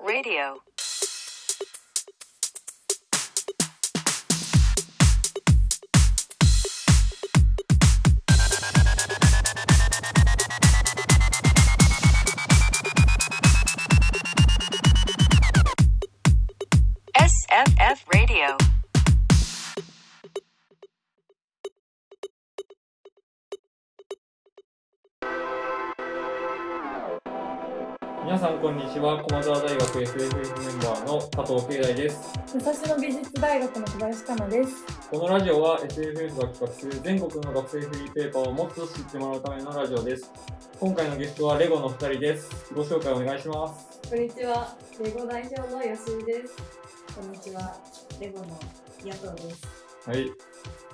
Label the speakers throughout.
Speaker 1: Radio.
Speaker 2: 皆さんこんにちは駒澤大学 SFF メンバーの加藤慶大です
Speaker 3: 武蔵野美術大学の小林香奈です。
Speaker 2: このラジオは SFF が企画する全国の学生フリーペーパーをもっと知ってもらうためのラジオです今回のゲストはレゴの2人ですご紹介お願いします
Speaker 4: こんにちは、レゴ代表の安井です。こんにちは、レゴの野党です。
Speaker 2: はい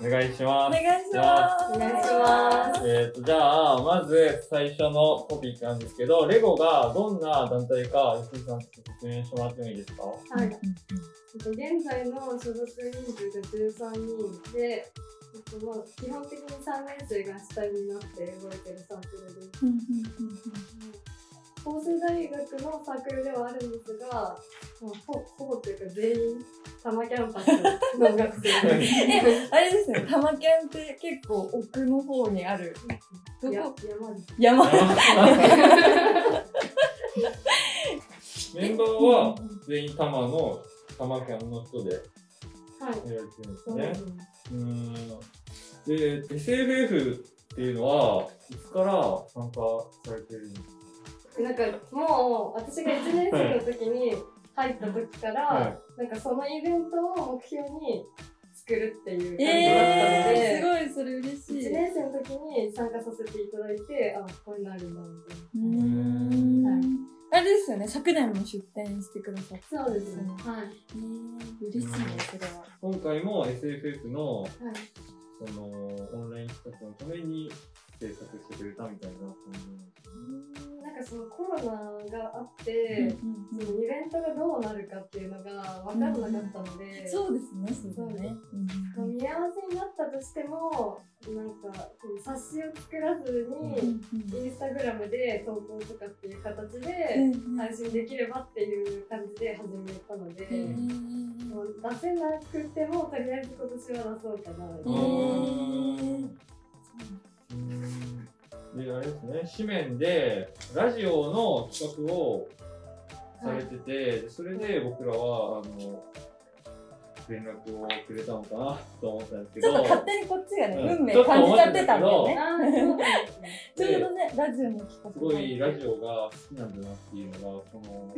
Speaker 2: お願いしま
Speaker 3: お
Speaker 2: す
Speaker 3: 願いします。
Speaker 4: お願いしま
Speaker 2: えー、とじゃあまず最初のトピックなんですけどレゴがどんな団体か吉井さんちょっと説明してもらってもいい ですか
Speaker 4: はい。現在の所属人数が13人で、えっとまあ基本的に3年生が主体になって動いてるサークルです。
Speaker 3: うんうん
Speaker 4: 法政大学のサークルではあるんですが、まあ、ほほぼというか全員、多摩キャンパスの学生です。
Speaker 3: うんうんあれですね、玉県って結構奥の方にある。ど
Speaker 4: や
Speaker 3: こ
Speaker 4: 山に
Speaker 3: 山。
Speaker 2: メンバーは全員多摩の多摩県の人で
Speaker 4: はい。
Speaker 2: やられてるんです
Speaker 4: そう
Speaker 2: ね
Speaker 4: ですね
Speaker 2: うーんで、SFF っていうのは、いつから参加されてるんです
Speaker 4: なんかもう私が1年生の時に入った時から、
Speaker 2: かい。
Speaker 4: なんかそのイベントを目標に作るっていう感じだったの
Speaker 3: えー、
Speaker 4: で、
Speaker 3: すごい、それ嬉しい
Speaker 4: 1。年生の時に参加させていただいてあこういうのあるんだみたいな
Speaker 3: う
Speaker 2: ー
Speaker 3: ん
Speaker 4: はい
Speaker 3: あれですよね、昨年も出展してくださって。
Speaker 4: そうです
Speaker 3: ね
Speaker 4: はい、
Speaker 3: えー、嬉しいね、それは。
Speaker 2: 今回も SFF の
Speaker 4: はい、
Speaker 2: そのオンライン企画のために制作してくれたみたいな感
Speaker 4: なんかそのコロナがあって、
Speaker 3: うんうん
Speaker 4: そのイベントがどうなるかっていうのが分からなかったので、
Speaker 3: そうですね、そうだね。うん
Speaker 4: 見合わせになったとしてもなんかこの冊子を作らずに、
Speaker 3: うん
Speaker 4: インスタグラムで投稿とかっていう形
Speaker 3: う
Speaker 4: で
Speaker 3: んうん
Speaker 4: 配信できればっていう感じで始めたので、
Speaker 3: え
Speaker 4: もう出せなくてもとりあえず今年は出そうかなみ
Speaker 2: じ
Speaker 4: たい
Speaker 2: な
Speaker 3: う
Speaker 4: な、
Speaker 2: うーんで、あ
Speaker 3: ん
Speaker 4: は
Speaker 2: れですね、紙面でラジオの企画をされ
Speaker 4: い
Speaker 2: てて、それで僕らは、あの、連絡をくれたのかなと思ったんですけ
Speaker 3: ちょ
Speaker 2: ど。
Speaker 3: っと勝手にこっちがね、
Speaker 2: うん
Speaker 3: 運命感じちゃってたんだよ
Speaker 4: あ
Speaker 3: ね。
Speaker 4: ーそうなんですね
Speaker 3: ちょうどね、ラジオの企画
Speaker 2: すごいラジオが好きなんだなっていうのが、この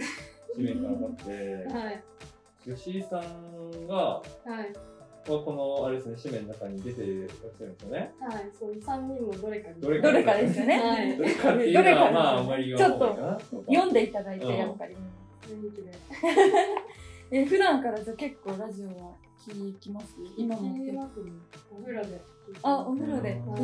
Speaker 2: 紙面から 分かっ
Speaker 4: はい
Speaker 2: て、吉井さんが、は
Speaker 4: はい
Speaker 2: この、あれですね、紙面の中に出ていらっしゃるんですよ ね。
Speaker 4: はいその3人のどれかに
Speaker 2: どれ
Speaker 3: どれかですよ
Speaker 4: は
Speaker 3: ね。
Speaker 4: い
Speaker 2: どれかっていうのは、まあ、あんまり言わないかなとか。
Speaker 3: 読んでいただいて、やっぱり。
Speaker 4: 雰囲気で
Speaker 3: え、普段からじゃあ結構ラジオは聞きます今も
Speaker 4: 聞きますねお風呂で聞いて
Speaker 3: あ、
Speaker 4: ま
Speaker 3: お風呂で。え
Speaker 2: うん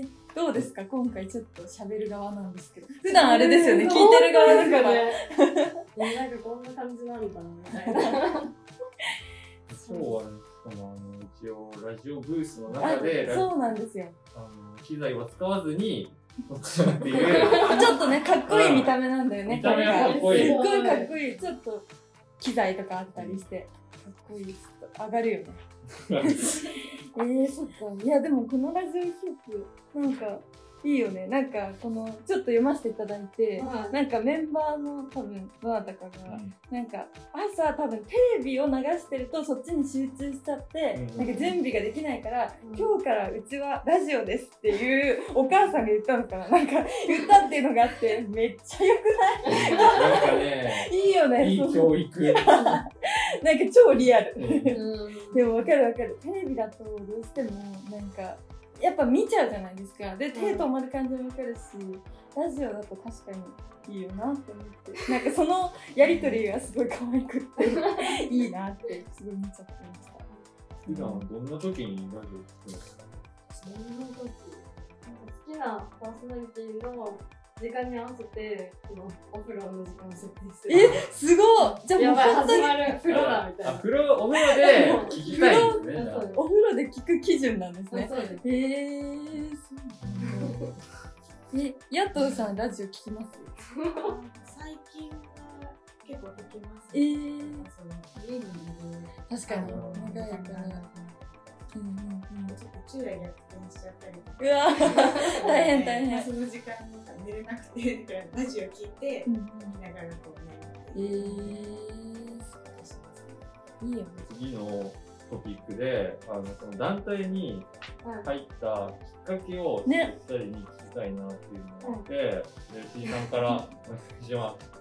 Speaker 3: ーどうですか今回ちょっと喋る側なんですけど。普段あれですよね、聞いてる側だから。
Speaker 4: すねなんかこんな感じなんだなみたいな
Speaker 2: 今日はね、その、あの一応、ラジオブースの中で、ラ
Speaker 3: そうなんですよ。
Speaker 2: あの機材は使わずに、撮っちゃうっていう、
Speaker 3: ちょっとね、かっこいい見た目なんだよね。
Speaker 2: 見た目はかっこいい
Speaker 3: すっごいかっこいい。ちょっと機材とかあったりして、かっこいい。ちょっと上 がるよね。えー、そっか。いや、でもこのラジオショップ、なんか、いいよね。なんか、この、ちょっと読ませていただいて、
Speaker 4: はい
Speaker 3: なんかメンバーの多分、どなたかが、なんか、朝多分テレビを流してるとそっちに集中しちゃって、
Speaker 2: うん
Speaker 3: なんか準備ができないから、
Speaker 4: うん
Speaker 3: 今日からうちはラジオですっていうお母さんが言ったのかな。なんか、言ったっていうのがあって、めっちゃ良く
Speaker 2: なんかね、
Speaker 3: いいよね。
Speaker 2: い
Speaker 3: そ
Speaker 2: いう教育。
Speaker 3: なんか超リアル。
Speaker 2: うん
Speaker 4: うん
Speaker 3: でもわかるわかるテレビだとどうしてもなんかやっぱ見ちゃうじゃないですかで手止まる感じもわかるし、ラジオだと確かにいいよなって思ってなんかそのやりとりがすごい可愛くって いいなってすごい見ちゃってました
Speaker 2: 普段どんな時にラジオ聞くんですか
Speaker 4: そんなこと好きなパーソナリティの時間に合わせて、このお風呂の時間を設定してる。
Speaker 3: すごいじゃあも
Speaker 4: や
Speaker 3: う
Speaker 4: ばい、
Speaker 3: 本当
Speaker 4: 始
Speaker 3: に
Speaker 4: まる、風呂だみたい
Speaker 2: あ、
Speaker 4: な。
Speaker 2: 風呂、お風呂で聞きたいん ですね。
Speaker 4: 風呂
Speaker 3: お風呂で聞く基準なんです
Speaker 4: あ
Speaker 3: ね
Speaker 4: そうです。
Speaker 3: へえー、そう え、野党さんラジオ聞きます
Speaker 5: 最近は
Speaker 4: 結構できます、
Speaker 3: えー
Speaker 4: なんかその家にいる
Speaker 3: 確か
Speaker 4: あ
Speaker 3: に
Speaker 4: の
Speaker 3: 長いか
Speaker 4: なん
Speaker 3: ら
Speaker 4: か
Speaker 3: うんうんうん
Speaker 4: ちょっと昼夜逆転しちゃったりとか
Speaker 3: うわ大変大変
Speaker 4: その時間なんか寝れなくてみたいなラジオ聞いて
Speaker 3: うん
Speaker 4: 見ながらこうね
Speaker 3: えー
Speaker 4: します
Speaker 3: いいよね
Speaker 2: 次のトピックで、あのその団体に入ったきっかけを、
Speaker 3: ね
Speaker 2: お二人に聞きたいなっていうのがあって、で、藤井さんからお願いし ます。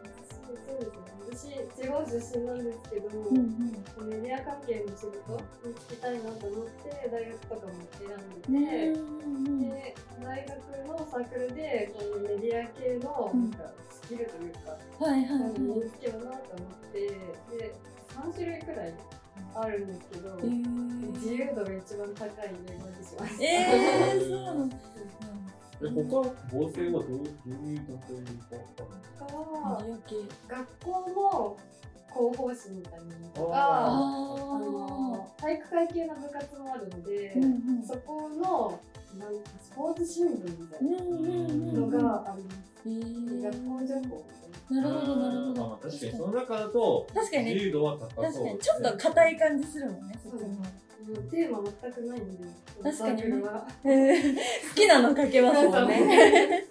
Speaker 4: そうですね私地方出身なんですけども、
Speaker 3: うんうん
Speaker 4: メディア関係の仕事に就きたいなと思って大学とかも選んでて、
Speaker 3: ねうんうん
Speaker 4: で大学のサークルでこのメディア系のなんかスキルというか、
Speaker 3: はいはい
Speaker 4: そう
Speaker 3: はい
Speaker 4: いうの身につけようなと思ってで3種類くらいあるんですけど、
Speaker 3: えー
Speaker 4: 自由度が一番高い英語にしました。
Speaker 3: えー、そうなの。
Speaker 2: で、他、合成はどうどういう団体に行ったの
Speaker 4: 他は
Speaker 3: うん、
Speaker 4: 学校の広報誌みたいなのと
Speaker 3: あ
Speaker 4: かあ
Speaker 3: あ、
Speaker 4: の体育会系の部活もあるので。
Speaker 3: うんうん、
Speaker 4: そこのなんかスポーツ新聞みたい
Speaker 3: うんうん
Speaker 4: な
Speaker 3: う
Speaker 4: の
Speaker 3: んうん。
Speaker 4: があります。
Speaker 3: えー、
Speaker 4: 学校情報
Speaker 3: なるほどなるほ
Speaker 2: あー確
Speaker 3: ど。
Speaker 2: かにその中だと
Speaker 3: 確かに
Speaker 2: 自
Speaker 3: ね、
Speaker 2: 由度は高そうです
Speaker 3: 確か
Speaker 2: ね、
Speaker 3: にちょっと硬い感じするもんね。そっちの方
Speaker 4: みたいな。テーマ全くないんで、
Speaker 3: 確かにね
Speaker 4: サークルは
Speaker 3: えー 好きなのかけますもんね。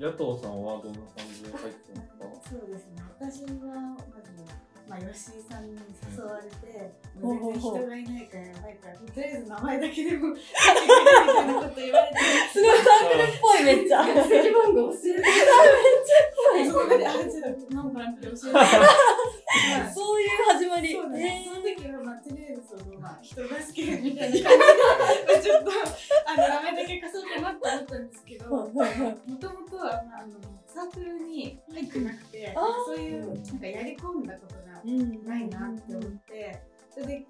Speaker 2: 野党さんはどんな感じで入ってますか
Speaker 1: そうですね。私は、なんかまあ、吉井さんに誘われて、
Speaker 3: ほう
Speaker 1: 全
Speaker 3: ほう
Speaker 1: 然
Speaker 3: ほう
Speaker 1: 人がいないから、やばいから、とりあえず名前だけでも、 みたいなこと言われて、
Speaker 3: すごいサークルっぽいめっちゃ。
Speaker 4: 学籍番号教えて。
Speaker 1: そこまで、あ、ちょっと、何番って教えて。まあ
Speaker 3: そういう始まり。
Speaker 1: そうね、
Speaker 3: え
Speaker 1: その時は、まあ、とりあえずその、まあ、人が好きみたいな感じで、まあ ちょっと、あの、名前だけ貸そうかなと思ったんですけど、
Speaker 3: ーは
Speaker 1: も
Speaker 3: いはいはい
Speaker 1: ともとは、まあ、あの、サークルに入ってなくて、
Speaker 3: あー
Speaker 1: そういう、なんかやり込んだことが
Speaker 3: うん
Speaker 1: ないなって思って、それで、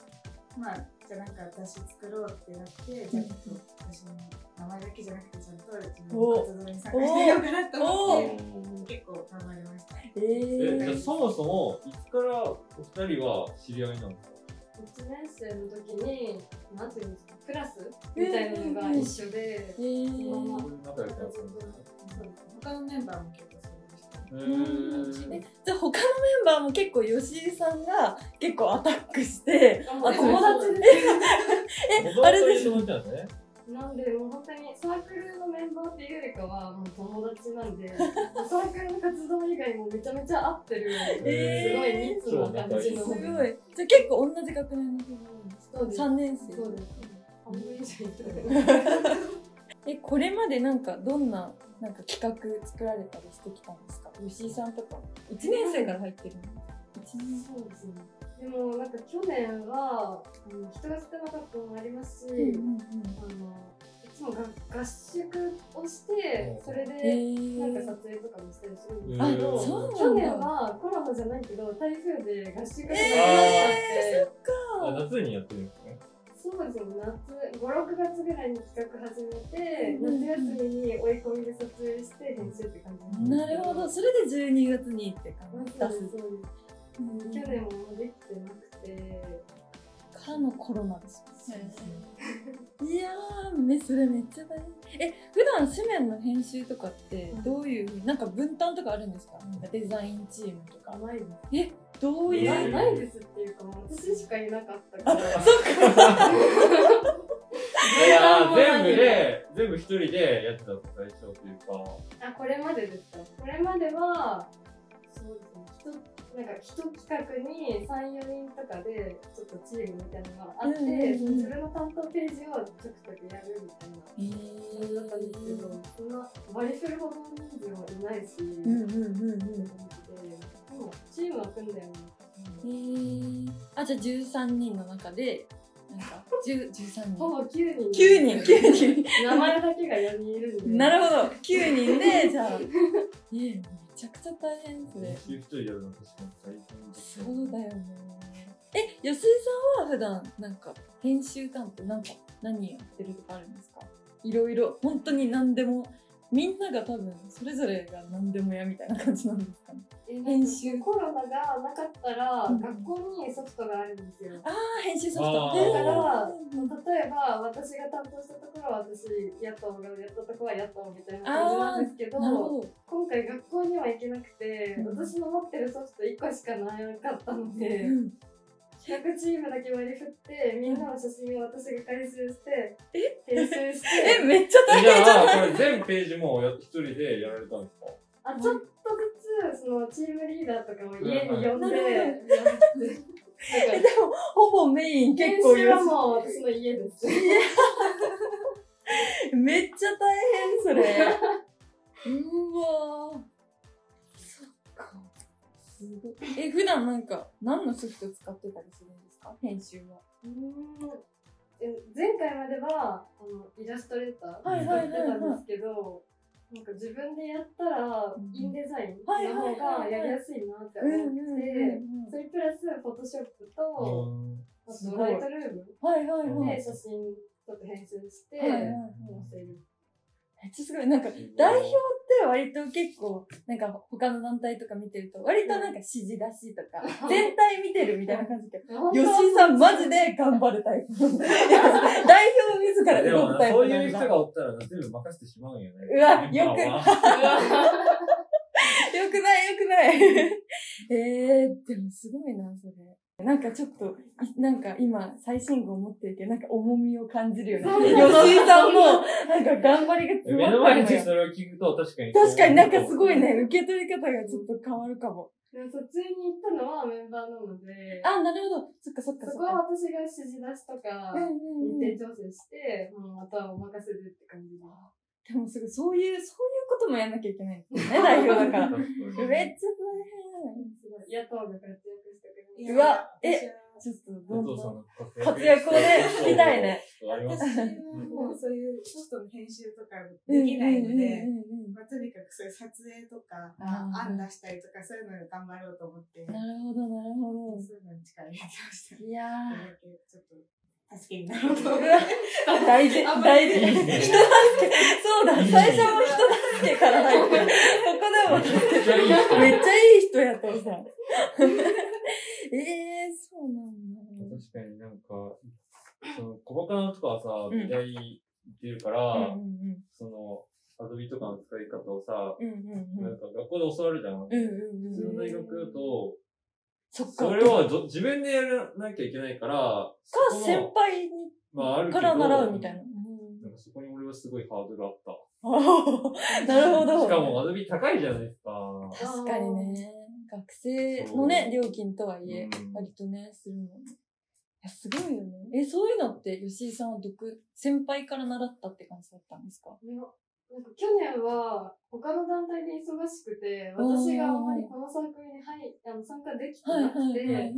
Speaker 1: まあ、じゃあなんか私作ろうってなって、じゃあちょっと私の名前だけじゃなくて、ちゃんと自分の活動に参加してみようかなと
Speaker 3: お
Speaker 1: 思っ
Speaker 3: ー
Speaker 1: て、結構頑張りました。
Speaker 3: え
Speaker 2: えじゃあ
Speaker 3: ー、
Speaker 2: そもそもいつからお二人は知り合いなんですか
Speaker 4: 一年生の時に、なんていうんですか、クラスみたいなのが一緒で
Speaker 3: え、ー
Speaker 2: そういう仲良くなったんですか
Speaker 1: そう他のメンバーも結構そうでした。
Speaker 2: へ
Speaker 3: え
Speaker 2: ー
Speaker 3: じゃあ他のメンバーも結構吉井さんが結構アタックして
Speaker 4: あ
Speaker 3: あ友達でえあれでしょ
Speaker 2: 友達と一緒にいたんですね
Speaker 4: なんでもう本当にサークルのメンバーっていうよりかはもう友達なんで、サークルの活動以外もめちゃめちゃ合ってる。すごい
Speaker 3: え
Speaker 4: 密な感じ
Speaker 3: ー、
Speaker 4: の。
Speaker 3: す
Speaker 4: そ
Speaker 3: ご
Speaker 4: う
Speaker 3: いじゃあ結構同じ学年の子
Speaker 4: です。
Speaker 3: 3年生
Speaker 4: そうです。半分以上いた
Speaker 3: えこれまでなんかどんななんか企画作られたりしてきたんですか吉井さんとか1年生から入ってるの一年
Speaker 4: そうですね。でもなんか去年は、うん人が少なかったのもありますし、
Speaker 3: 生うん
Speaker 4: あのいつもが合宿をしてそれ
Speaker 3: え
Speaker 4: でなんか
Speaker 3: ー
Speaker 4: 撮影とかもしたりするんです
Speaker 2: あ
Speaker 4: けど、
Speaker 2: そう
Speaker 3: なんだ
Speaker 4: 去年はコロナじゃないけど台風で合宿がなくなっちゃって、
Speaker 2: あ夏にやってるんですね
Speaker 4: そうですね夏56月ぐらいに企画始めて、
Speaker 3: うん
Speaker 4: 夏休みに追い込みで撮影して編集って感じ
Speaker 3: なるほどそれで12月にって
Speaker 4: ま
Speaker 3: 感
Speaker 4: ず
Speaker 3: じ
Speaker 4: そう
Speaker 3: 出う
Speaker 4: ですす
Speaker 3: ん
Speaker 4: 去年もできてなくて。
Speaker 3: からのコロナですもんねいやーめそれめっちゃ大変え普段紙面の編集とかってどういうふうになんか分担とかあるんですかなんかデザインチームとか
Speaker 4: 甘いです
Speaker 3: どういう
Speaker 4: な
Speaker 2: え
Speaker 4: いないですっていうかもう私しかいなかったから
Speaker 2: い やー全部で全部一人でやってたんです最初というか
Speaker 4: あこれまでですかこれまではそうですね人なんか一企画に34人とかでちょっとチームみたいなのがあって、
Speaker 3: うんうんうん
Speaker 4: 自分の担当ページをちょくちょくやるみたいな
Speaker 3: え
Speaker 4: 感じだったんですけど、そんな割り振るほどの人数もいないし、
Speaker 3: う
Speaker 4: っ
Speaker 3: んうんうんう
Speaker 4: て
Speaker 3: ん
Speaker 4: 感じででもチームは組んだよね
Speaker 3: えー、あじゃあ13人の中でなんか10 13
Speaker 4: ほ
Speaker 3: 人
Speaker 4: ぼ9人
Speaker 3: 9人9人
Speaker 4: 名前だけが4人いるんで
Speaker 3: なるほど9人でじゃあ、えめちゃくちゃ大変です
Speaker 2: 練
Speaker 3: ね
Speaker 2: 習一人やるの確かに最近です
Speaker 3: そ
Speaker 2: ね
Speaker 3: うだよねえ吉井さんは普段なんか編集担当なんか何やってるとかあるんですかいろいろ本当に何でもみんなが多分それぞれが何でもやみたいな感じなんですかね編集
Speaker 4: コロナがなかったら、
Speaker 3: うん
Speaker 4: 学校にソフトがあるんですよ。
Speaker 3: ああ編集ソフ
Speaker 2: あ
Speaker 3: ト
Speaker 2: ー
Speaker 4: だから
Speaker 3: うん
Speaker 4: 例えば私が担当したところは私やった方がやったところはやった方みたいな感じなんですけど
Speaker 3: なるほど
Speaker 4: 今回学校には行けなくて、
Speaker 3: うん
Speaker 4: 私の持ってるソフト1個しかなかったので、
Speaker 3: うん
Speaker 4: 100チームだけ割り振ってみんなの写真を私が回収して編集 し
Speaker 3: え
Speaker 4: て
Speaker 3: めっちゃ大
Speaker 2: じ
Speaker 3: 変じゃ
Speaker 2: ゃ
Speaker 3: な
Speaker 2: あ、こ
Speaker 3: い
Speaker 2: れ全ページもや一人でやられたんですか
Speaker 4: あちょっとずつそのチームリーダーとかも家に呼んで、
Speaker 2: う
Speaker 3: なるえ
Speaker 4: なん
Speaker 3: で
Speaker 4: か
Speaker 3: もほぼメイン
Speaker 4: 研
Speaker 3: 結構
Speaker 4: 修はもう私の家です。
Speaker 3: めっちゃ大変それ うわーそっかすごいえ普段なんか何のソフト使ってたりするんですか編集は
Speaker 4: うーんえ前回まではあのイラストレーター
Speaker 2: はい
Speaker 4: 使
Speaker 2: はい
Speaker 3: はい
Speaker 4: ってたんですけど、なんか自分でやったら
Speaker 3: うん
Speaker 4: インデザイン
Speaker 3: はい
Speaker 4: の
Speaker 3: はいはい
Speaker 4: 方
Speaker 3: は
Speaker 4: が
Speaker 3: い
Speaker 4: やりやすいなって思って、それプラスフォトショップと、
Speaker 3: す
Speaker 4: あ
Speaker 3: ご
Speaker 4: と
Speaker 3: い
Speaker 4: ライトルーム
Speaker 3: はいはいはい
Speaker 4: で写真撮って編集して、
Speaker 3: はいはいはい
Speaker 4: 載せる。
Speaker 3: めっちゃすごいなんか代表って割と結構なんか他の団体とか見てると割となんか指示出しとか
Speaker 4: うん
Speaker 3: 全体見てるみたいな感 じで
Speaker 4: 本当
Speaker 3: 吉井さんマジで頑張るタイプ 代表自ら
Speaker 2: でも
Speaker 3: 動くタ
Speaker 2: な、
Speaker 3: イ
Speaker 2: そ
Speaker 3: プ
Speaker 2: う
Speaker 3: ない
Speaker 2: うん人
Speaker 3: だ
Speaker 2: がおったら全部任せてし まうんよね。
Speaker 3: うわよ
Speaker 2: メ
Speaker 3: く
Speaker 2: ンバーは
Speaker 3: よくないよくない えー、でもすごいなそれなんかちょっといなんか今最新号持ってるけどなんか重みを感じるよね
Speaker 4: そう
Speaker 3: 吉井さんもなんか頑張りが詰ま
Speaker 2: 目
Speaker 3: って
Speaker 2: の前に
Speaker 3: るのよ
Speaker 2: それを聞くと確かに。
Speaker 3: 確かになんかすごいね、受け取り方がちょっと変わるかも。
Speaker 4: でも撮影に行ったのはメンバーなので、
Speaker 3: あ、なるほど。そっかそっか
Speaker 4: そ
Speaker 3: そっ
Speaker 4: こは
Speaker 3: か。
Speaker 4: 私が指示出しとか
Speaker 3: うん、うんうん、
Speaker 4: 日
Speaker 3: で
Speaker 4: 程調整して、もうあとはお任せでって感じで。
Speaker 3: もすごい、そういう、そういうこともやんなきゃいけないんですよね、代表だから。めっ
Speaker 2: 確
Speaker 3: ちゃ
Speaker 2: かに
Speaker 3: 大変。
Speaker 4: すごい野党が活躍してくれ
Speaker 1: いや
Speaker 3: うわえちょっと、ど
Speaker 2: お
Speaker 3: ん
Speaker 2: 父さ
Speaker 3: どん
Speaker 2: んの
Speaker 3: 活躍をね、聞きたい。ね。
Speaker 2: あります
Speaker 1: 私はもうそういうソフトの編集とかできないの
Speaker 3: うんうんうん
Speaker 1: で、
Speaker 3: うん
Speaker 1: まあ、とにかくそういう撮影とか、
Speaker 3: あー
Speaker 1: 案出したりとか、そういうのを頑張ろうと思って、
Speaker 3: なるほど、なるほ
Speaker 1: そういうのに力入れてました。
Speaker 3: ど。いや
Speaker 1: それだけちょっと助けになろうと思
Speaker 3: ー。
Speaker 1: って
Speaker 3: う わ大事、
Speaker 1: あんま
Speaker 3: 大
Speaker 1: り
Speaker 3: 事。
Speaker 2: いいね
Speaker 3: 人助け。そうだ、最初の人助けから入って。ここでも。
Speaker 2: めっちゃいい人
Speaker 3: めっちゃいい人やとさ。ええー、そうなんだ。
Speaker 2: 確かになんか、その、コボカナとかはさ、
Speaker 3: ん
Speaker 2: 美大行ってるから、
Speaker 3: うんうん
Speaker 2: その、アドビとかの使い方をさ、
Speaker 3: うんうんう
Speaker 2: なんんか学校で教わるじゃん。
Speaker 3: うんうんうん
Speaker 2: 普通の大学だと、
Speaker 3: そっか。
Speaker 2: それをぞ自分でやらなきゃいけないから、
Speaker 3: か
Speaker 2: そこの
Speaker 3: 先輩に
Speaker 2: まああるけ
Speaker 3: か
Speaker 2: ど、
Speaker 3: ら習うみたいな。
Speaker 2: なんかそこに俺はすごいハードルあった。
Speaker 3: うんなるほど。
Speaker 2: しかもアドビ高いじゃないですか。
Speaker 3: 確かにね。学生のね、料金とはいえ、
Speaker 2: うん
Speaker 3: 割とね、するもんね。いや、すごいよね。え、そういうのって、吉井さんは独、先輩から習ったって感じだったんですか
Speaker 4: いやなんか去年は他の団体で忙しくて、私があんまりこのサークルに入あの参加できて
Speaker 3: はいは
Speaker 4: ない
Speaker 3: は
Speaker 4: く
Speaker 3: いはい
Speaker 4: て、。1年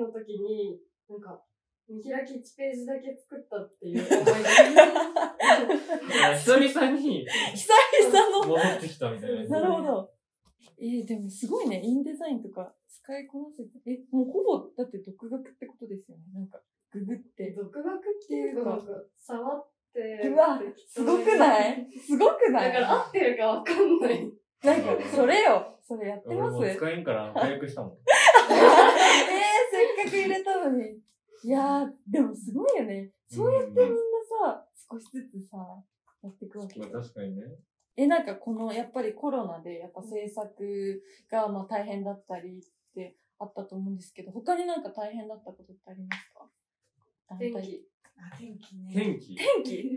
Speaker 4: の時に、なんか、見開き1ページだけ作ったって いう思い
Speaker 2: いや久々に
Speaker 3: 久々の
Speaker 2: 戻ってきたみたい
Speaker 3: な
Speaker 2: な。
Speaker 3: るほど。えー、でもすごいね、インデザインとか使いこなせて、え、もうほぼ、だって独学ってことですよね。なんか、ググっ
Speaker 4: 出で、
Speaker 3: て。
Speaker 4: 独学っていうか、なんか触って、
Speaker 3: うわ、すごくないすごくな
Speaker 4: だ
Speaker 3: い
Speaker 4: から合ってるかわかんない。
Speaker 3: なんか、それよ。それやって
Speaker 2: 俺
Speaker 3: ます
Speaker 2: もう
Speaker 3: えー、せっ
Speaker 2: 使えんから解約したもん。
Speaker 3: かく入れたのに。いやー、でもすごいよね。そうやってみんなさ、少しずつさ、やっていくわけ
Speaker 2: ま
Speaker 3: じ
Speaker 2: あ
Speaker 3: ゃん
Speaker 2: 確かにね。
Speaker 3: え、なんかこの、やっぱりコロナで、やっぱ制作がまあ大変だったりってあったと思うんですけど、他になんか大変だったことってありますか
Speaker 4: 天
Speaker 3: 団体
Speaker 4: 気。
Speaker 1: あ、天気ね。
Speaker 2: 天気
Speaker 3: 天気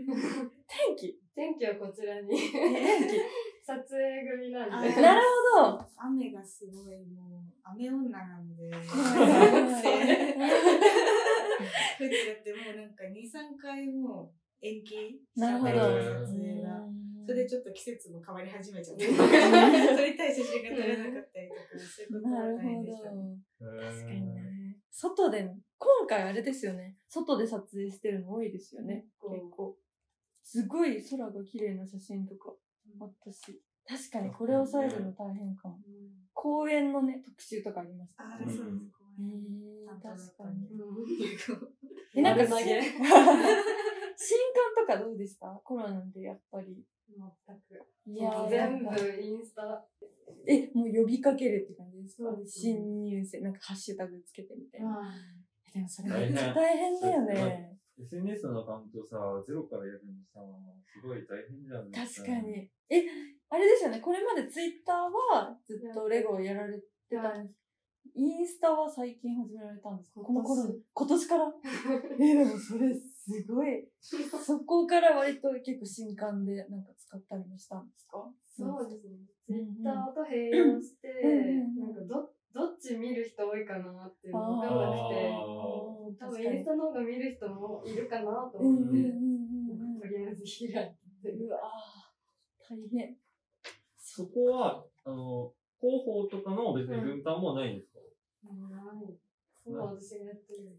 Speaker 3: 天気
Speaker 4: 天気はこちらに。 撮影組なんで。
Speaker 1: あ
Speaker 3: なるほど
Speaker 1: 雨がすごい、もう、雨女なんで。 降っちゃって、もうなんか2、3回もう延期しちゃったりと
Speaker 3: な
Speaker 1: か
Speaker 3: る
Speaker 2: ほど
Speaker 1: 撮影が。それでちょっと季節も変わり始めちゃ って、撮りたい写真が撮れなかったりとか、そういうこと
Speaker 3: なる
Speaker 1: が大変でし
Speaker 3: ほ
Speaker 1: たね。
Speaker 3: ど。
Speaker 2: 確
Speaker 3: 確かにね。外で、今回あれですよね。外で撮影してるの多いですよね。
Speaker 4: 結構
Speaker 3: 結構。すごい空が綺麗な写真とかあったし。確かにこれを抑えるの大変かも。公園のね、特集とかありました。
Speaker 1: ああ、
Speaker 3: ね
Speaker 1: そう
Speaker 3: え
Speaker 1: です。ごめ
Speaker 3: ー、
Speaker 1: ん
Speaker 3: 確かに。
Speaker 4: う
Speaker 3: え、なんか し、
Speaker 4: 丸投げ
Speaker 3: 新刊とかどうでしたコロナでやっぱり。
Speaker 4: ん。全く。
Speaker 3: い
Speaker 4: いや
Speaker 3: ー
Speaker 4: 全
Speaker 3: や
Speaker 4: 部
Speaker 3: っぱ
Speaker 4: インスタ
Speaker 3: え、もう呼びかけるって感じですか
Speaker 4: そうですね
Speaker 3: 新入生、なんかハッシュタグつけてみたいな。
Speaker 4: あ
Speaker 3: えでもそれめっちゃ大変だよね。
Speaker 2: SNS のアカウントさ、ゼロからやるのさ、すごい大変じゃん。
Speaker 3: 確か。に。え、あれですよね、これまでツイッターはずっとレゴをやられて
Speaker 4: ー
Speaker 3: たんですインスタは最近始められたんですかこの頃
Speaker 4: 今、
Speaker 3: 今年 から。え、でもそれすごい。そこから割と結構新刊でなんか使ったりもしたんですか
Speaker 4: そうですね。ツ
Speaker 3: うん
Speaker 4: イ
Speaker 3: うん
Speaker 4: ッターと併用して
Speaker 3: うん、
Speaker 4: なんかど、どっち見る人多いかなっていうのが
Speaker 2: あ
Speaker 4: 分かんなくて、
Speaker 3: うん
Speaker 4: 多
Speaker 3: 確
Speaker 4: 分
Speaker 3: か
Speaker 4: イン
Speaker 3: に
Speaker 4: スタの方が見る人もいるかなと
Speaker 3: うん
Speaker 4: 思
Speaker 3: うんう
Speaker 4: っ
Speaker 3: ん
Speaker 4: て、
Speaker 3: うんうん
Speaker 4: とりあえず開いて。
Speaker 3: うわぁ、大変。
Speaker 2: そこは、あの、広報とかの別に分担もないんです か、
Speaker 4: はい。そう、私がやってる。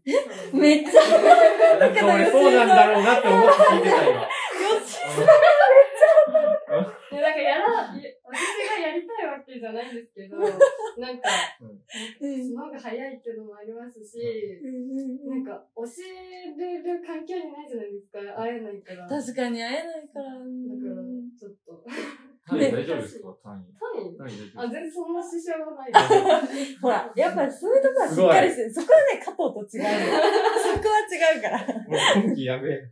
Speaker 3: めっちゃ、
Speaker 2: なんか俺そうなんだろうなって思って聞いてたよ。
Speaker 4: いや、なんかやら、い私がやりたいわけじゃないんですけど、なんか、その方が早いっていうのもありますし、なんか、教えれる環境にないじゃないですか、会えないから。だから、
Speaker 3: 確かに会えないから。うん
Speaker 4: ちょっと。
Speaker 2: 単位大丈夫ですか単位。
Speaker 4: 単位
Speaker 2: 単位大丈
Speaker 4: あ、
Speaker 2: 夫
Speaker 4: 全然そんな支障がないです。
Speaker 3: ほら、やっぱりそういうとこはしっかりしてる。そこはね、加藤と違う の。そこは違うから。
Speaker 2: もう今期やべえ。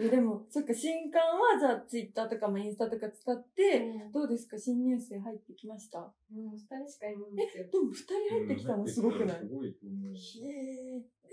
Speaker 3: えでも、そっか、新刊はじゃあ、ツイッターとかもインスタとか使って、
Speaker 4: うん
Speaker 3: どうですか新入生入ってきました
Speaker 4: もう二人しかいない んですよ。
Speaker 3: でも、二人入ってきたのすごくない
Speaker 2: すごいと思う。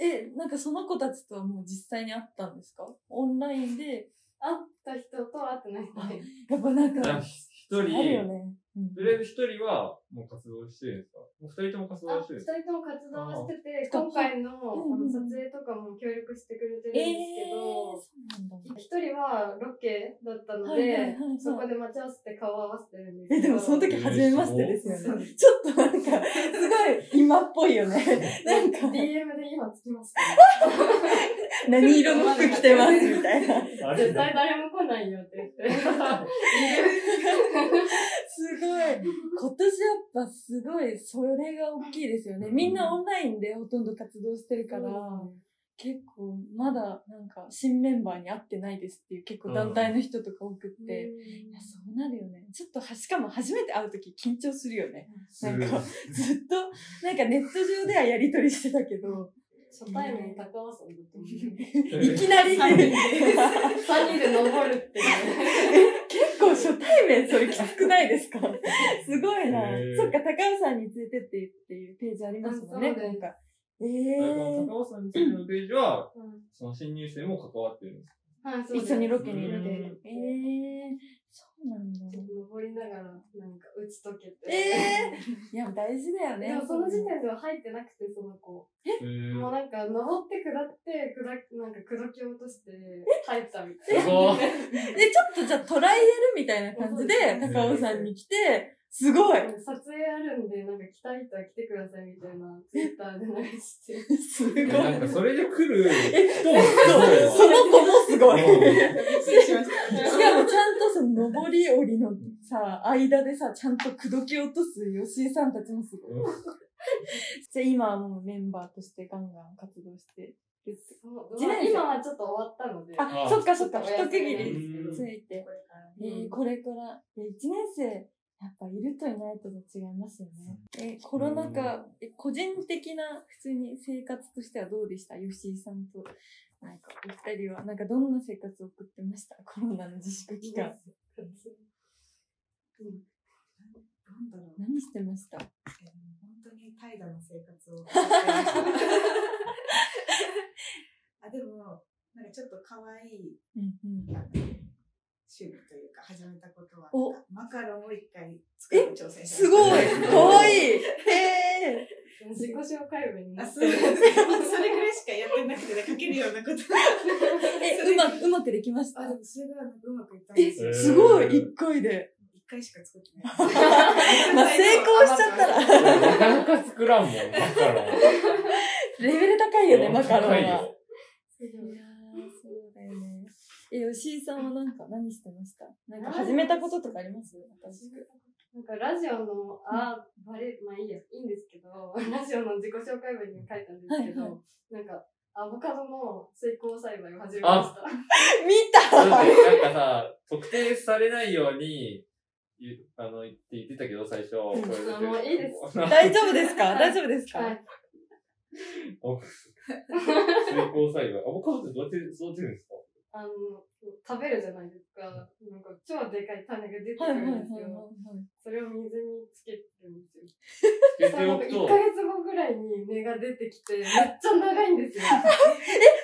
Speaker 3: へえ。え、なんかその子たちとはもう実際に会ったんですかオンラインで、
Speaker 4: 会った人と会ってない人で。
Speaker 3: やっぱなんか、あ
Speaker 2: 一人、
Speaker 3: るよね。うん
Speaker 2: とりあえず一人はもう活動してるんですかもう二人とも活
Speaker 4: あ、
Speaker 2: 動して
Speaker 4: 二
Speaker 2: るんですか
Speaker 4: 人とも活動をしてて、
Speaker 3: あ
Speaker 4: 今回のあ
Speaker 3: うんうん
Speaker 4: の撮影とかも協力してくれてるん
Speaker 3: ええ
Speaker 4: ですけど、
Speaker 3: そうなんだ。
Speaker 4: 一人はロケだったの
Speaker 3: はいはいはい
Speaker 4: で
Speaker 3: はい、
Speaker 4: そこで待ち合わせて顔を合わせてるんですけ
Speaker 3: え、
Speaker 4: ど。
Speaker 3: でもその時初めましてですよね。ちょっとなんか、すごい今っぽいよ ね。なんか、
Speaker 4: DM で今つきました。
Speaker 3: 何色の服着てますみたいな。
Speaker 2: あ
Speaker 4: 絶
Speaker 2: だ
Speaker 4: 対誰も来ないよって言って。
Speaker 3: すごい。今年やっぱすごい、それが大きいですよね。みんなオンラインでほとんど活動してるから、結構まだなんか新メンバーに会ってないですっていう結構団体の人とか多くって、いやそうなるよね。ちょっとは、しかも初めて会うとき緊張するよね。なんか、ずっと、なんかネット上ではやりとりしてたけど、
Speaker 4: 初対面高尾山だと思
Speaker 3: いきなり、
Speaker 1: 三人で
Speaker 4: う。三人で登るっていう。
Speaker 3: 結構初対面それきつくないですか すごいな
Speaker 2: へー。
Speaker 3: そっか、高尾山に連れてってっていうページありますもんね、
Speaker 4: あそうです
Speaker 3: 今回。え
Speaker 2: 高尾さんについてのページは、
Speaker 4: うん
Speaker 2: その新入生も関わってるんです
Speaker 4: はい、そ
Speaker 3: ー、
Speaker 4: うで
Speaker 3: 一
Speaker 4: す
Speaker 3: 緒にロケに行っ
Speaker 2: う
Speaker 3: て
Speaker 2: ん。
Speaker 3: えー、そうなんだ。
Speaker 4: ちょっと登りながら、なんか打ち解けて。
Speaker 3: えいや、大事だよね。
Speaker 4: でもその時点では入ってなくて、その子。
Speaker 2: えー
Speaker 4: もうなんか、登って下って、下、なんか砕き落として、入ったみたいな。
Speaker 2: すごい。
Speaker 3: で、ちょっとじゃあトライアルみたいな感じで
Speaker 4: そうで、
Speaker 2: すね
Speaker 3: 高尾山に来て、すごい
Speaker 4: 撮影あるんで、なんか来たい人は来てくださいみたいな、ツイッターで流して。
Speaker 3: すごい。
Speaker 2: えなんかそれで来る人もすごい
Speaker 3: そ
Speaker 2: わ
Speaker 3: うその子もすごい。し
Speaker 2: うん
Speaker 1: 失礼しまし
Speaker 3: かも
Speaker 1: た。
Speaker 3: ちゃんとその上り下りのさ、間でさ、ちゃんと口説き落とす吉井さんたちもすごい。じゃあ今はもうメンバーとしてガンガン活動してるって。
Speaker 4: そう
Speaker 3: 一
Speaker 4: まあ
Speaker 3: 年生
Speaker 4: 今はちょっと終わったので。
Speaker 3: あ、
Speaker 2: あ
Speaker 3: そっかそっ
Speaker 4: ち
Speaker 3: か、
Speaker 4: ょっ
Speaker 3: 一
Speaker 4: とお
Speaker 3: 区
Speaker 4: 休み
Speaker 3: 切
Speaker 2: う
Speaker 3: り
Speaker 2: ん
Speaker 3: ついて。え
Speaker 4: うん
Speaker 3: ーこれから、え1年生、やっぱいるといないとで違いますよね。えーコロナ禍、え個人的な普通に生活としてはどうでした吉井さんと。なんか、お二人は、なんかどんな生活を送ってましたコロナの自粛期間。
Speaker 1: なんだろう。
Speaker 3: 何してました
Speaker 1: えー本当に怠惰な生活を。 あ、でも、なんかちょっと可愛い
Speaker 3: うんうん。
Speaker 1: 趣味というか、始めたことは
Speaker 3: お、
Speaker 1: マカロンを一回作るのに挑戦しました。
Speaker 3: すごいかわいいへえ
Speaker 4: 自己紹介文にな
Speaker 1: あ、
Speaker 4: っ
Speaker 1: そ
Speaker 4: て
Speaker 1: う
Speaker 4: る。
Speaker 1: それぐらいしかやってなくて、ね、書けるようなこと。
Speaker 3: え、うま、うまくできました
Speaker 1: あ、でもそれがなんかうまくいったん
Speaker 3: え、
Speaker 1: ですよ。
Speaker 3: すごい一回で。
Speaker 1: 一回しか作ってないで す。
Speaker 3: まあ、成功しちゃったら。
Speaker 2: なかなか作らんもん、マカロン。
Speaker 3: レベル高いよね、マカロンは。
Speaker 2: 高
Speaker 3: い
Speaker 2: い
Speaker 3: やー
Speaker 2: よ、
Speaker 3: そうだよね。え、吉井さんはなんか何してましたなんか始めたこととかあります私。
Speaker 4: なんかラジオの、あ、バレ、まあいいや、いいんですけど、 ラジオの自己紹介文に書いたんですけど、
Speaker 3: はいは
Speaker 4: なんか、アボカドの水耕栽培を始めました。
Speaker 3: 見た
Speaker 2: なんかさ、特定されないように、言うあの言って言ってたけど、 最初。これだけ
Speaker 4: あもういいです
Speaker 3: 大丈夫ですか大丈夫ですか、
Speaker 4: はい。
Speaker 2: 成功栽培。アボカドってどうやって育てるんで すか
Speaker 4: あの、食べるじゃないですか。なんか超でかい種が出てく
Speaker 3: はい
Speaker 4: る
Speaker 3: はいはい
Speaker 4: んですよ。それを水につけてるんですよ。
Speaker 2: つけ
Speaker 4: そ
Speaker 2: て
Speaker 4: れ
Speaker 2: お
Speaker 4: なんか
Speaker 2: く
Speaker 4: 1
Speaker 2: と
Speaker 4: ヶ、月後ぐらいに根が出てき て、めっちゃ長いんですよ。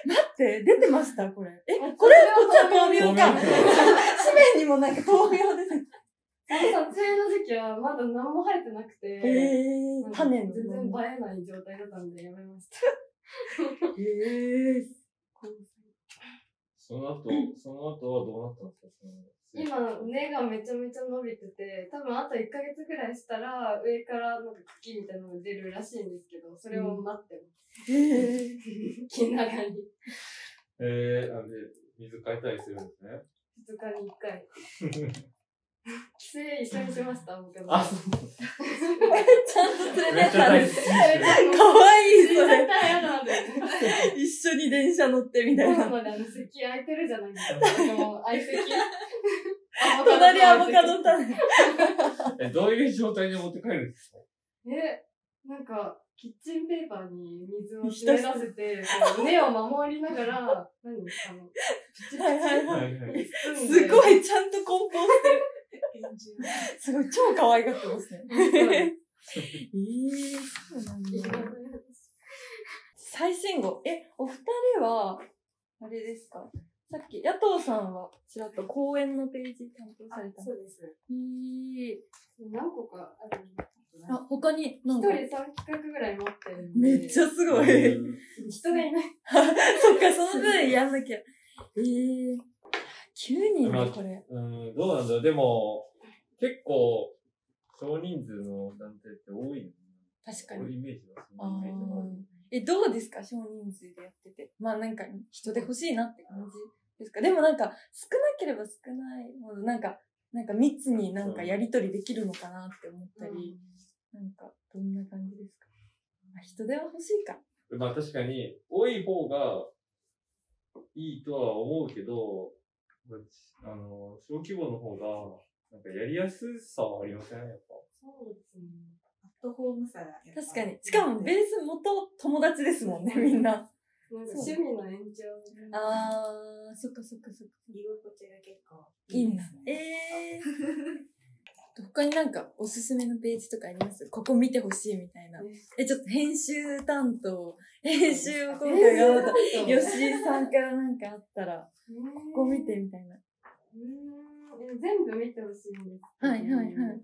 Speaker 3: 待って、出てましたこれ。え、
Speaker 4: あ
Speaker 3: これはこっちは
Speaker 2: 豆
Speaker 3: 豆苗
Speaker 2: 苗
Speaker 3: か
Speaker 2: か。
Speaker 3: 紙面にもなんか豆苗です。
Speaker 4: その撮影の時期はまだ何も 生えてなくて、
Speaker 3: えー、種
Speaker 4: 全
Speaker 3: の。
Speaker 4: 然映えない状態だったんでやめました。
Speaker 3: えー
Speaker 2: その後、その後はどうなったんですかその
Speaker 4: 今、根がめちゃめちゃ伸びてて、多分あと1ヶ月ぐらいしたら、上からなんか茎みたいなのが出るらしいんですけど、それを待ってます。
Speaker 3: え
Speaker 4: 気長に。
Speaker 2: えー、なんで、水変えたりするんです ね。
Speaker 4: 2日に1回。帰省一緒にしました、僕も。
Speaker 2: あ、そう
Speaker 3: ー、ちゃんと連
Speaker 2: めっ
Speaker 3: れてっ
Speaker 2: ちゃ
Speaker 3: た
Speaker 2: 大
Speaker 3: ね
Speaker 2: 好き。
Speaker 3: かわいい、
Speaker 4: 死んじ
Speaker 3: そ
Speaker 4: ゃ
Speaker 3: れ
Speaker 4: っ。たら嫌なんだよね。
Speaker 3: 一緒に電車乗ってみたいな。
Speaker 4: 今 まであの席空いてるじゃな いですか。あの相席。
Speaker 3: 隣アボカド
Speaker 4: た。
Speaker 3: 種。
Speaker 2: え、どういう状態で持って帰るんですか
Speaker 4: え、なんか、キッチンペーパーに水を湿らせて、こう根を守り ながら、何あの、
Speaker 3: はいはいはい。
Speaker 2: いはい。
Speaker 3: すご
Speaker 4: い。
Speaker 3: い、ちゃんと梱包してる。すごい、超可愛がってますね。えー、そうなんだ。最新号。え、お二人は、あれですかさっき、野党さんは、ちらっと公演のページ担当された。
Speaker 1: そうです。
Speaker 3: えー、
Speaker 4: 何個かあるんだ
Speaker 3: あ、他に、なん
Speaker 4: 一
Speaker 3: か、
Speaker 4: 人三企画ぐらい持ってるんで。
Speaker 3: めっちゃすご
Speaker 2: え
Speaker 3: い。
Speaker 2: ー
Speaker 4: 人がいない。
Speaker 3: そっか、その分やんなきゃ。えー、9人だ、これ。
Speaker 2: うん、どうなんだろう。でも、結構、少人数の団体って多いよね。
Speaker 3: 確
Speaker 2: 多。いイメージはそ
Speaker 3: あ
Speaker 2: のイメージがある。
Speaker 3: ーえ、どうですか少人数でやってて。まあなんか人で欲しいなって感じですかでもなんか少なければ少ないほどなんか、なんか密になんかやりとりできるのかなって思ったり、なんかどんな感じですかあ人手は欲しいか。
Speaker 2: まあ確かに、多い方がいいとは思うけど、まあちあの、小規模の方が、なんかやりやすさはありませんやっぱ。
Speaker 4: そうですね。
Speaker 1: アットホームさが。
Speaker 3: 確かに。しかもベース元友達ですもんね、みんな。
Speaker 4: なんか趣味の延長。
Speaker 3: あー、そっかそっかそっか。
Speaker 1: 居心地が結構
Speaker 3: いいん
Speaker 1: で
Speaker 3: だ
Speaker 1: す。ね。
Speaker 3: えー。 他になんかおすすめのページとかありますここ見てほしいみたいな。え、ちょっと編集担当、編集を今回頑張った。
Speaker 4: よし。
Speaker 3: 吉井さんからなんかあったら、ここ見てみたいな。
Speaker 4: うーん全部見てほしいんですけど。
Speaker 3: はいはいはい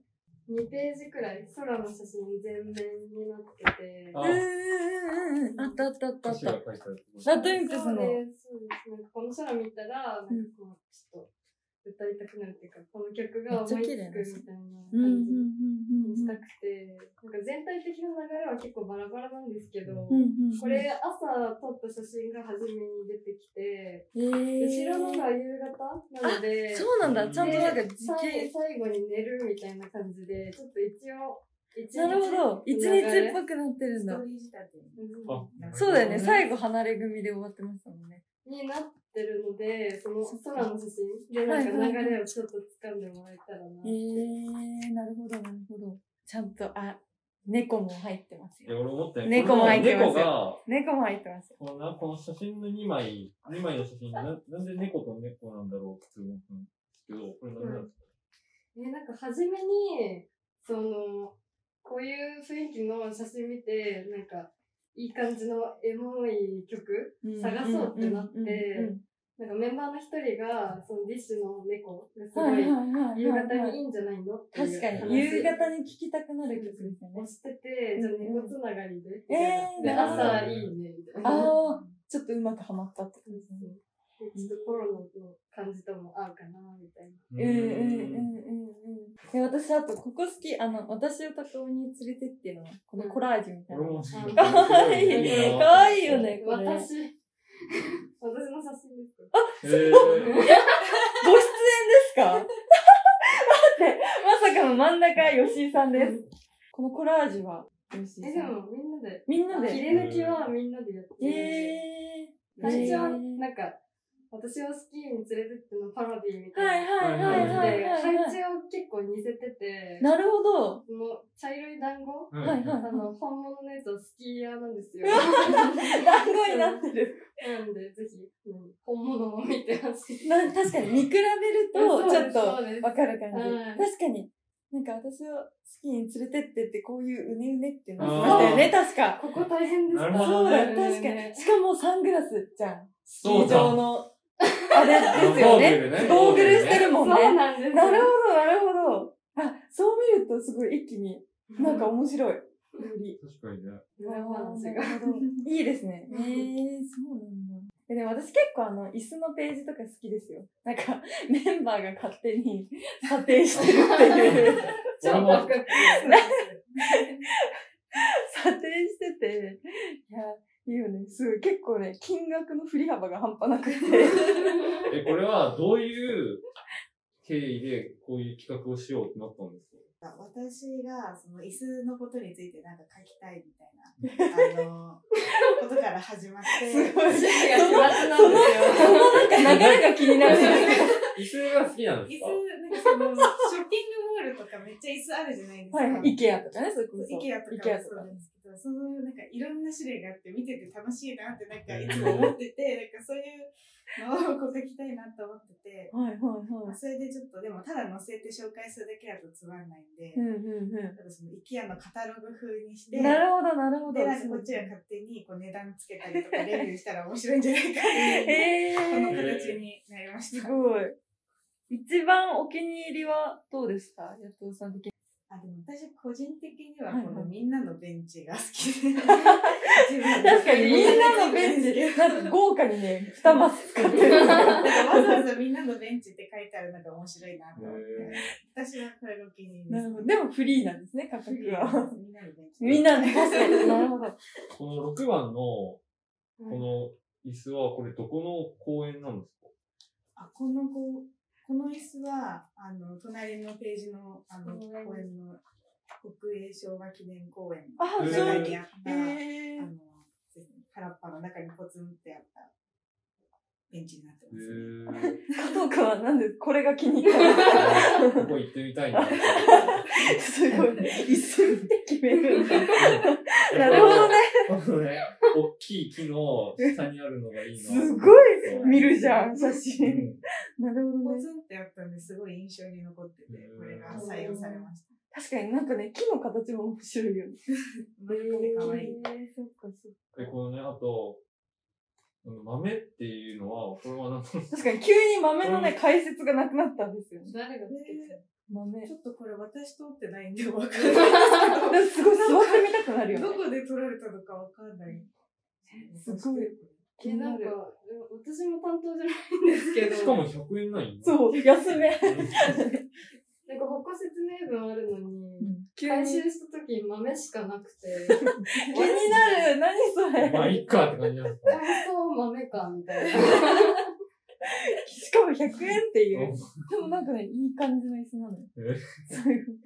Speaker 4: 2ページくらい空の写真全面になってて。
Speaker 2: あ
Speaker 3: うんうんうんうん。あったあったあったあ
Speaker 2: 歌
Speaker 3: っ
Speaker 2: 詞が
Speaker 3: た。
Speaker 2: 書いてある
Speaker 3: ラトゥインプス
Speaker 4: そう
Speaker 3: の。
Speaker 4: です。そうですなんかこの空見たら、なんかこう、ちょっと歌いたくなるっていうか、この曲が思いつくみたいな
Speaker 3: うんうん
Speaker 4: 感じに
Speaker 3: うんうん。
Speaker 4: したくて、なんか全体的な流れは結構バラバラなんですけど、
Speaker 3: うんうんうん
Speaker 4: これ朝撮った写真が初めに出てき
Speaker 3: え
Speaker 4: て、
Speaker 3: ー
Speaker 4: 後ろのが夕方なので、
Speaker 3: そうなんだ。ちゃんとなんか
Speaker 4: で
Speaker 3: 時
Speaker 4: 最
Speaker 3: 系。
Speaker 4: 最後に寝るみたいな感じで、ちょっと一応、一日
Speaker 3: なるほど。一日っぽくなってるん
Speaker 1: スト
Speaker 3: だ
Speaker 1: ー。リー仕立てに。
Speaker 4: うん
Speaker 2: あ
Speaker 3: そうだよね。
Speaker 2: うん
Speaker 3: 最後離れ組で終わってましたもんね。
Speaker 4: になってるので、その
Speaker 3: そっか
Speaker 4: 空の写真でなんか流れをちょっと掴んでもらえたらな。
Speaker 3: えー、なるほど、なるほど。ちゃんと、あ、猫も入ってます
Speaker 2: いや、
Speaker 3: よ。
Speaker 2: 俺思ったよ
Speaker 3: 猫も入ってますよ
Speaker 2: この猫が、
Speaker 3: 猫も入ってますよ。
Speaker 2: このな、この写真の2枚、二枚の写真、ななんで猫と猫なんだろうって思ったんですけど、これなんでなんですか、
Speaker 4: えなんか初めに、その、こういう雰囲気の写真見て、なんか、いい感じのエモい曲探そうってなって
Speaker 3: うんうんうんうん
Speaker 4: なんかメンバーの一人が、そのディッシュの猫がすご
Speaker 3: はい
Speaker 4: い
Speaker 3: はい、はいはい。
Speaker 4: 夕方にいいんじゃないのっていう
Speaker 3: 確かに、
Speaker 4: 話
Speaker 3: 夕方に聴きたくなる曲ですよ
Speaker 4: を
Speaker 3: ね。
Speaker 4: してて、じゃあ猫つながりで。
Speaker 3: えー
Speaker 4: で、
Speaker 3: なるほど
Speaker 4: 朝いいね、みたいな。
Speaker 3: ああ、ちょっとうまくハマったって
Speaker 4: う
Speaker 3: 感
Speaker 4: ん
Speaker 3: じ
Speaker 4: うん
Speaker 3: ですね。
Speaker 4: ちょっとコロナの感じとも合うかな、みたいな。
Speaker 3: うんうんうんうんうん。で、私、あと、ここ好き、あの、私を高尾に連れてっていうのは、このコラージュみたいな
Speaker 2: 俺。も
Speaker 4: うん
Speaker 3: かわいい。
Speaker 4: い
Speaker 3: かわいいよ。ね、これ。ご出演
Speaker 4: 私、私の写真ですか
Speaker 2: えー、
Speaker 3: です か待って、まさかの真ん中、吉井さんです。このコラージュは、吉井
Speaker 4: え、
Speaker 3: さ
Speaker 4: で
Speaker 3: ん。
Speaker 4: もみんなで、
Speaker 3: みんな
Speaker 4: 切
Speaker 3: で。
Speaker 4: り抜きはみんなでやって
Speaker 3: え
Speaker 4: るんで。
Speaker 3: ー。
Speaker 4: 最初は
Speaker 3: えー
Speaker 4: なんか、私をスキーに連れてってのパロディみた
Speaker 3: はい
Speaker 4: いな。
Speaker 3: はいはい
Speaker 4: で
Speaker 3: はいはい
Speaker 4: 配
Speaker 3: は
Speaker 4: 置
Speaker 3: い。
Speaker 4: を結構似せてて、
Speaker 3: なるほ ど。
Speaker 4: この茶色い団子
Speaker 2: うん
Speaker 3: はいは
Speaker 4: あ
Speaker 3: い
Speaker 4: の、本物のやつはスキー屋な んですよ。
Speaker 3: 団子になってる。
Speaker 4: なんで、ぜひ、うん本物を見てほしい。
Speaker 3: な確かに見比べる
Speaker 4: そ
Speaker 3: と、
Speaker 4: う
Speaker 3: ち
Speaker 4: で
Speaker 3: ょっ
Speaker 4: す
Speaker 3: と
Speaker 4: そうです
Speaker 3: わかる感じ。
Speaker 4: うん
Speaker 3: 確かに。なんか私をスキーに連れてってってこういううねうねってなってましたよね、確か。
Speaker 4: ここ大変です
Speaker 2: なるほ
Speaker 3: そ
Speaker 2: ど
Speaker 3: う
Speaker 2: ね
Speaker 3: だ、確かに。。しかもサングラスじゃん。スキ
Speaker 2: そ
Speaker 3: ー
Speaker 2: うだ
Speaker 3: 場の、あれですよね。
Speaker 2: ね
Speaker 3: ゴーグルして
Speaker 2: る。
Speaker 3: るも
Speaker 4: そ
Speaker 3: ん
Speaker 4: う
Speaker 3: ね。
Speaker 4: なんですよ。
Speaker 3: なるほど、なるほど。あ、そう見るとすごい一気に、なんか面白い。より。
Speaker 2: 確かにね。
Speaker 4: 裏話が。
Speaker 3: なる ほどいいですね。ええそうなんだ。えでも私結構あの、椅子のページとか好きですよ。なんか、 メンバーが勝手に査定してるっていう。
Speaker 4: 超
Speaker 2: 俺
Speaker 4: パ
Speaker 2: も
Speaker 4: クって。
Speaker 3: 査定してて、いや、いいよね。すごい。結構ね、金額の振り幅が半端な くて。
Speaker 2: え、これはどういう経緯でこういう企画をしようってなったんですか
Speaker 1: 私がその椅子のことについてなんか書きたいみたい な、あの、ことから始まって、
Speaker 3: すごい。そ
Speaker 4: 趣味が奇抜なんで
Speaker 3: のな
Speaker 4: すよ。
Speaker 3: んか流れが気にな る。
Speaker 2: 椅子が好きなんで
Speaker 1: 椅
Speaker 2: すか
Speaker 1: 子、なんかその、ショッピングモールとかめっちゃ椅子あるじゃないですか。
Speaker 3: はい、イケアとかね、それこそ。
Speaker 1: イケアとかも
Speaker 3: IKEA
Speaker 1: そうなんですけど、そのなんかいろんな種類があって見てて楽しいなってなんかいつも思ってて、なんかそういうのをこう書きたいなと思ってて、
Speaker 3: はいはい
Speaker 1: ま
Speaker 3: は
Speaker 1: あ、
Speaker 3: い。
Speaker 1: それでちょっとでもただ載せて紹介するだけだとつまんないんで、
Speaker 3: うんうんう
Speaker 1: ただその IKEA のカタログ風にして、
Speaker 3: ん。なるほど、なるほど。
Speaker 1: で、なんかこっち が勝手にこう値段つけたりとかレビューしたら面白いんじゃないかっていう、
Speaker 3: へ
Speaker 1: こ
Speaker 3: え
Speaker 1: の
Speaker 3: ー、
Speaker 1: 形になりまし
Speaker 3: す
Speaker 1: た。
Speaker 3: ごい。一番お気に入りはどうですかやとさん的に。
Speaker 1: あでも私個人的には
Speaker 3: はい
Speaker 1: こ
Speaker 3: は
Speaker 1: の
Speaker 3: い
Speaker 1: みんなのベンチが好きで。
Speaker 3: 確
Speaker 1: 確
Speaker 3: かにみんなのベンチ、なんか豪華にね、二マス使ってる。
Speaker 1: わざわざみんなのベンチって書いてあるのが面白いなと思って。私はこれがお気に入り
Speaker 3: な
Speaker 1: で
Speaker 3: る
Speaker 1: す
Speaker 3: ほ。どでもフリーなんですね、価格は。
Speaker 1: みんなのベンチ。
Speaker 3: みんなの、確かに。なるほど。
Speaker 2: この6番のこの椅子はこれどこの公園なんですか
Speaker 1: あ、この子、この椅子は、あの、隣のページの、あの、公園の国営昭和記念公園
Speaker 3: あ、
Speaker 2: へ
Speaker 1: の
Speaker 2: ー
Speaker 1: 中
Speaker 3: そう。
Speaker 1: にあった、
Speaker 3: え
Speaker 1: あ
Speaker 3: ー
Speaker 1: の、原っぱの中にポツンってあったベンチになってますね。
Speaker 2: へ
Speaker 3: 加藤君はなんでこれが気に入ったの
Speaker 2: ーここ行ってみたい な。
Speaker 3: すごい。椅子見て決めるんだ。な
Speaker 2: な
Speaker 3: るほどね。
Speaker 2: ね。大きい木の下にあるのがいいな。
Speaker 3: すご
Speaker 2: い
Speaker 3: 見るじゃん、写
Speaker 2: う
Speaker 3: 真。
Speaker 2: ん
Speaker 3: なるほど
Speaker 1: ポ
Speaker 3: ね
Speaker 1: ツ。ンってあったんですごい印象に残ってて
Speaker 2: う、ん
Speaker 1: これが採用されました。
Speaker 3: 確かになんかね、木の形も面白いよね。
Speaker 1: ブルーで可愛い。
Speaker 3: えーそっかそっ
Speaker 2: で、このね、あと、あの豆っていうのは、これはなんか、
Speaker 3: か確かに急に豆のね、解説がなくなったんですよね。
Speaker 4: 誰がつけてる
Speaker 3: 豆。
Speaker 1: ち
Speaker 3: で
Speaker 1: ょっとこれ私撮ってないんで わかんない
Speaker 3: もすごい座ってみたくなる
Speaker 1: ですけ
Speaker 3: よ
Speaker 1: ど、
Speaker 3: ね。
Speaker 1: どこで撮られたのかわかんない。
Speaker 3: すごい。気
Speaker 4: え、
Speaker 3: に
Speaker 4: な
Speaker 3: なん
Speaker 4: か、
Speaker 3: る。
Speaker 4: 私も担当じゃないんですけど。
Speaker 2: しかも100円ない
Speaker 3: そう、休め。
Speaker 4: なんか他説明文あるのに、
Speaker 3: 急
Speaker 4: 回
Speaker 3: に。
Speaker 4: 収
Speaker 3: 気
Speaker 4: した時豆しかなくて、
Speaker 3: になる。何そ
Speaker 2: まあ、
Speaker 3: れ。
Speaker 2: いっかって感じなんですか
Speaker 4: 乾燥豆か、みたいな。
Speaker 3: しかも100円っていう。
Speaker 2: う
Speaker 3: でもなんかね、いい感じの椅子なのよ。
Speaker 2: え
Speaker 3: そういう。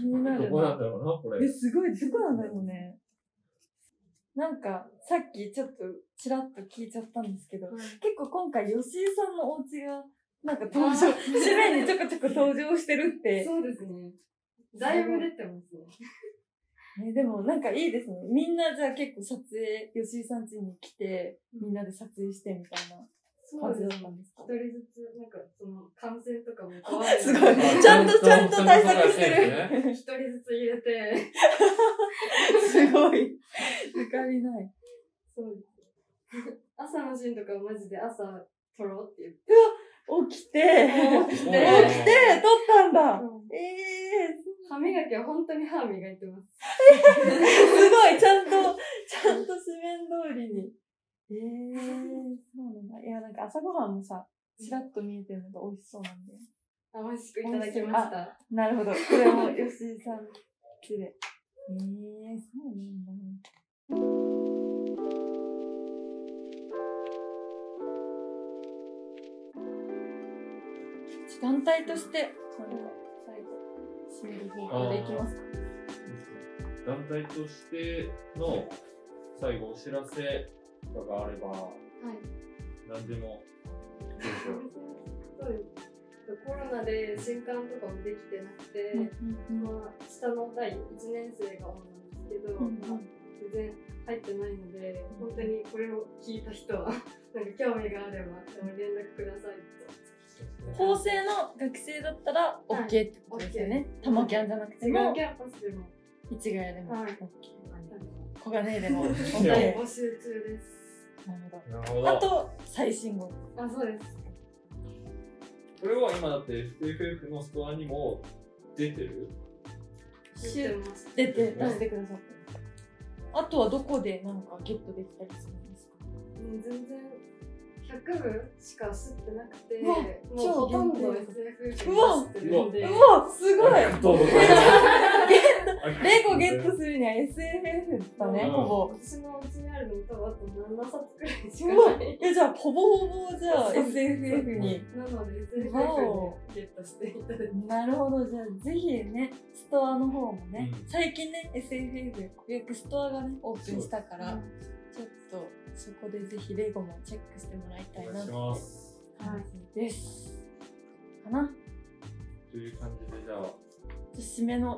Speaker 3: 気になん
Speaker 2: ど
Speaker 3: る
Speaker 2: こなん
Speaker 3: な。
Speaker 2: だろうな、こ
Speaker 3: え、
Speaker 2: れ。
Speaker 3: すごい、どこなんだろうね。なんか、さっきちょっと、ちらっと聞いちゃったんですけど、結構今回、吉井さんのお家が、なんか登場、
Speaker 4: あ
Speaker 3: 紙面にちょこちょこ登場してるって。
Speaker 4: そうですね。だいぶ出てますね。
Speaker 3: ね、でもなんかいいですね。みんなじゃあ結構撮影、吉井さん家に来て、みんなで撮影してみたいな
Speaker 4: そ
Speaker 3: 感
Speaker 4: う
Speaker 3: じ
Speaker 4: で
Speaker 3: だ
Speaker 4: す
Speaker 3: った
Speaker 4: ね。
Speaker 3: んですか
Speaker 4: 一人ずつ、なんか、その、感染とかも怖い。
Speaker 3: すごい
Speaker 2: あ
Speaker 3: ちゃんとちゃんと対策してる。
Speaker 4: 一人ずつ入れて、
Speaker 3: すごい。抜かりない。
Speaker 4: そうです。朝のシーンとかマジで朝、撮ろうって言って。
Speaker 3: 起きて、起きて、撮ったんだ。ええ
Speaker 4: 歯磨きは本当に歯磨いてます。
Speaker 3: ー、すごい、ちゃんと、ちゃんと紙面通りに。ええー、そうなんだ。いや、なんか朝ごはんもさ、ちらっと見えてるのが美味しそうなんで。
Speaker 4: あ美味しくいただきました。
Speaker 3: なるほど。これも吉井さん綺麗。ええー、そうなんだ。団体として、なんか、最後、締める方向でいきますか。
Speaker 2: 団体としての最後お知らせとかがあれば、
Speaker 4: はい。
Speaker 2: 何でも
Speaker 4: そうですコロナで新刊とかもできてなくて、まあ、下の第1年生が主なんですけど、
Speaker 3: うん
Speaker 4: まあ、全然入ってないので、本当にこれを聞いた人は、なんか 興味があれば、連絡くださいと。
Speaker 3: 法政の学生だったら OK ってことですよね。玉キャンじゃなくて
Speaker 4: 違う
Speaker 3: も
Speaker 4: キ、ャンパスでも、
Speaker 3: 一概でも
Speaker 4: はい
Speaker 3: OK。
Speaker 4: あの
Speaker 3: 小金井 でも OK。
Speaker 2: いや
Speaker 3: な
Speaker 4: 大
Speaker 3: る
Speaker 4: 募集中です。
Speaker 3: ほ
Speaker 2: なるほ
Speaker 3: ど。あ
Speaker 2: ど。
Speaker 3: と、最新号。
Speaker 4: あ、そうです。
Speaker 2: これは今だって FFF のストアにも出てる
Speaker 4: 知ってます。
Speaker 3: 出て、出してくださって。あとはどこでなんかゲットできたりするんですか
Speaker 4: もう全然100部しか吸ってなくて、
Speaker 3: うわ
Speaker 4: もうほとんど
Speaker 3: 超限
Speaker 4: SF を吸ってるんで、
Speaker 3: うわ、すごい
Speaker 2: どうぞ。
Speaker 3: レゴゲットするには SFF だね、
Speaker 2: うん
Speaker 3: ほぼ。
Speaker 4: 私のうちにあるのとあと7冊くらいし
Speaker 3: う
Speaker 4: か
Speaker 3: わ
Speaker 4: ない。
Speaker 3: え、じゃあ、ほぼほぼじゃあ SFF に。
Speaker 4: なので SF で
Speaker 3: わお
Speaker 4: ゲットしていただいて。
Speaker 3: なるほど、じゃあ、ぜひね、ストアの方もね、
Speaker 2: うん
Speaker 3: 最近ね、SFF ようやくストアがね、オープンしたから、ちょっとそこでぜひレゴもチェックしてもらいたい
Speaker 2: お
Speaker 3: な
Speaker 2: 願いし
Speaker 3: っ
Speaker 2: てます。
Speaker 3: 感じです。かな。
Speaker 2: という感じで、じゃあ、
Speaker 3: じゃあ締めの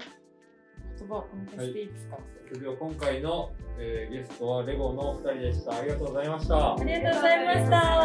Speaker 3: 言葉お願いしていいですか、
Speaker 2: それでは今回の、えーゲストはレゴのお二人でした。ありがとうございました。
Speaker 3: ありがとうございました。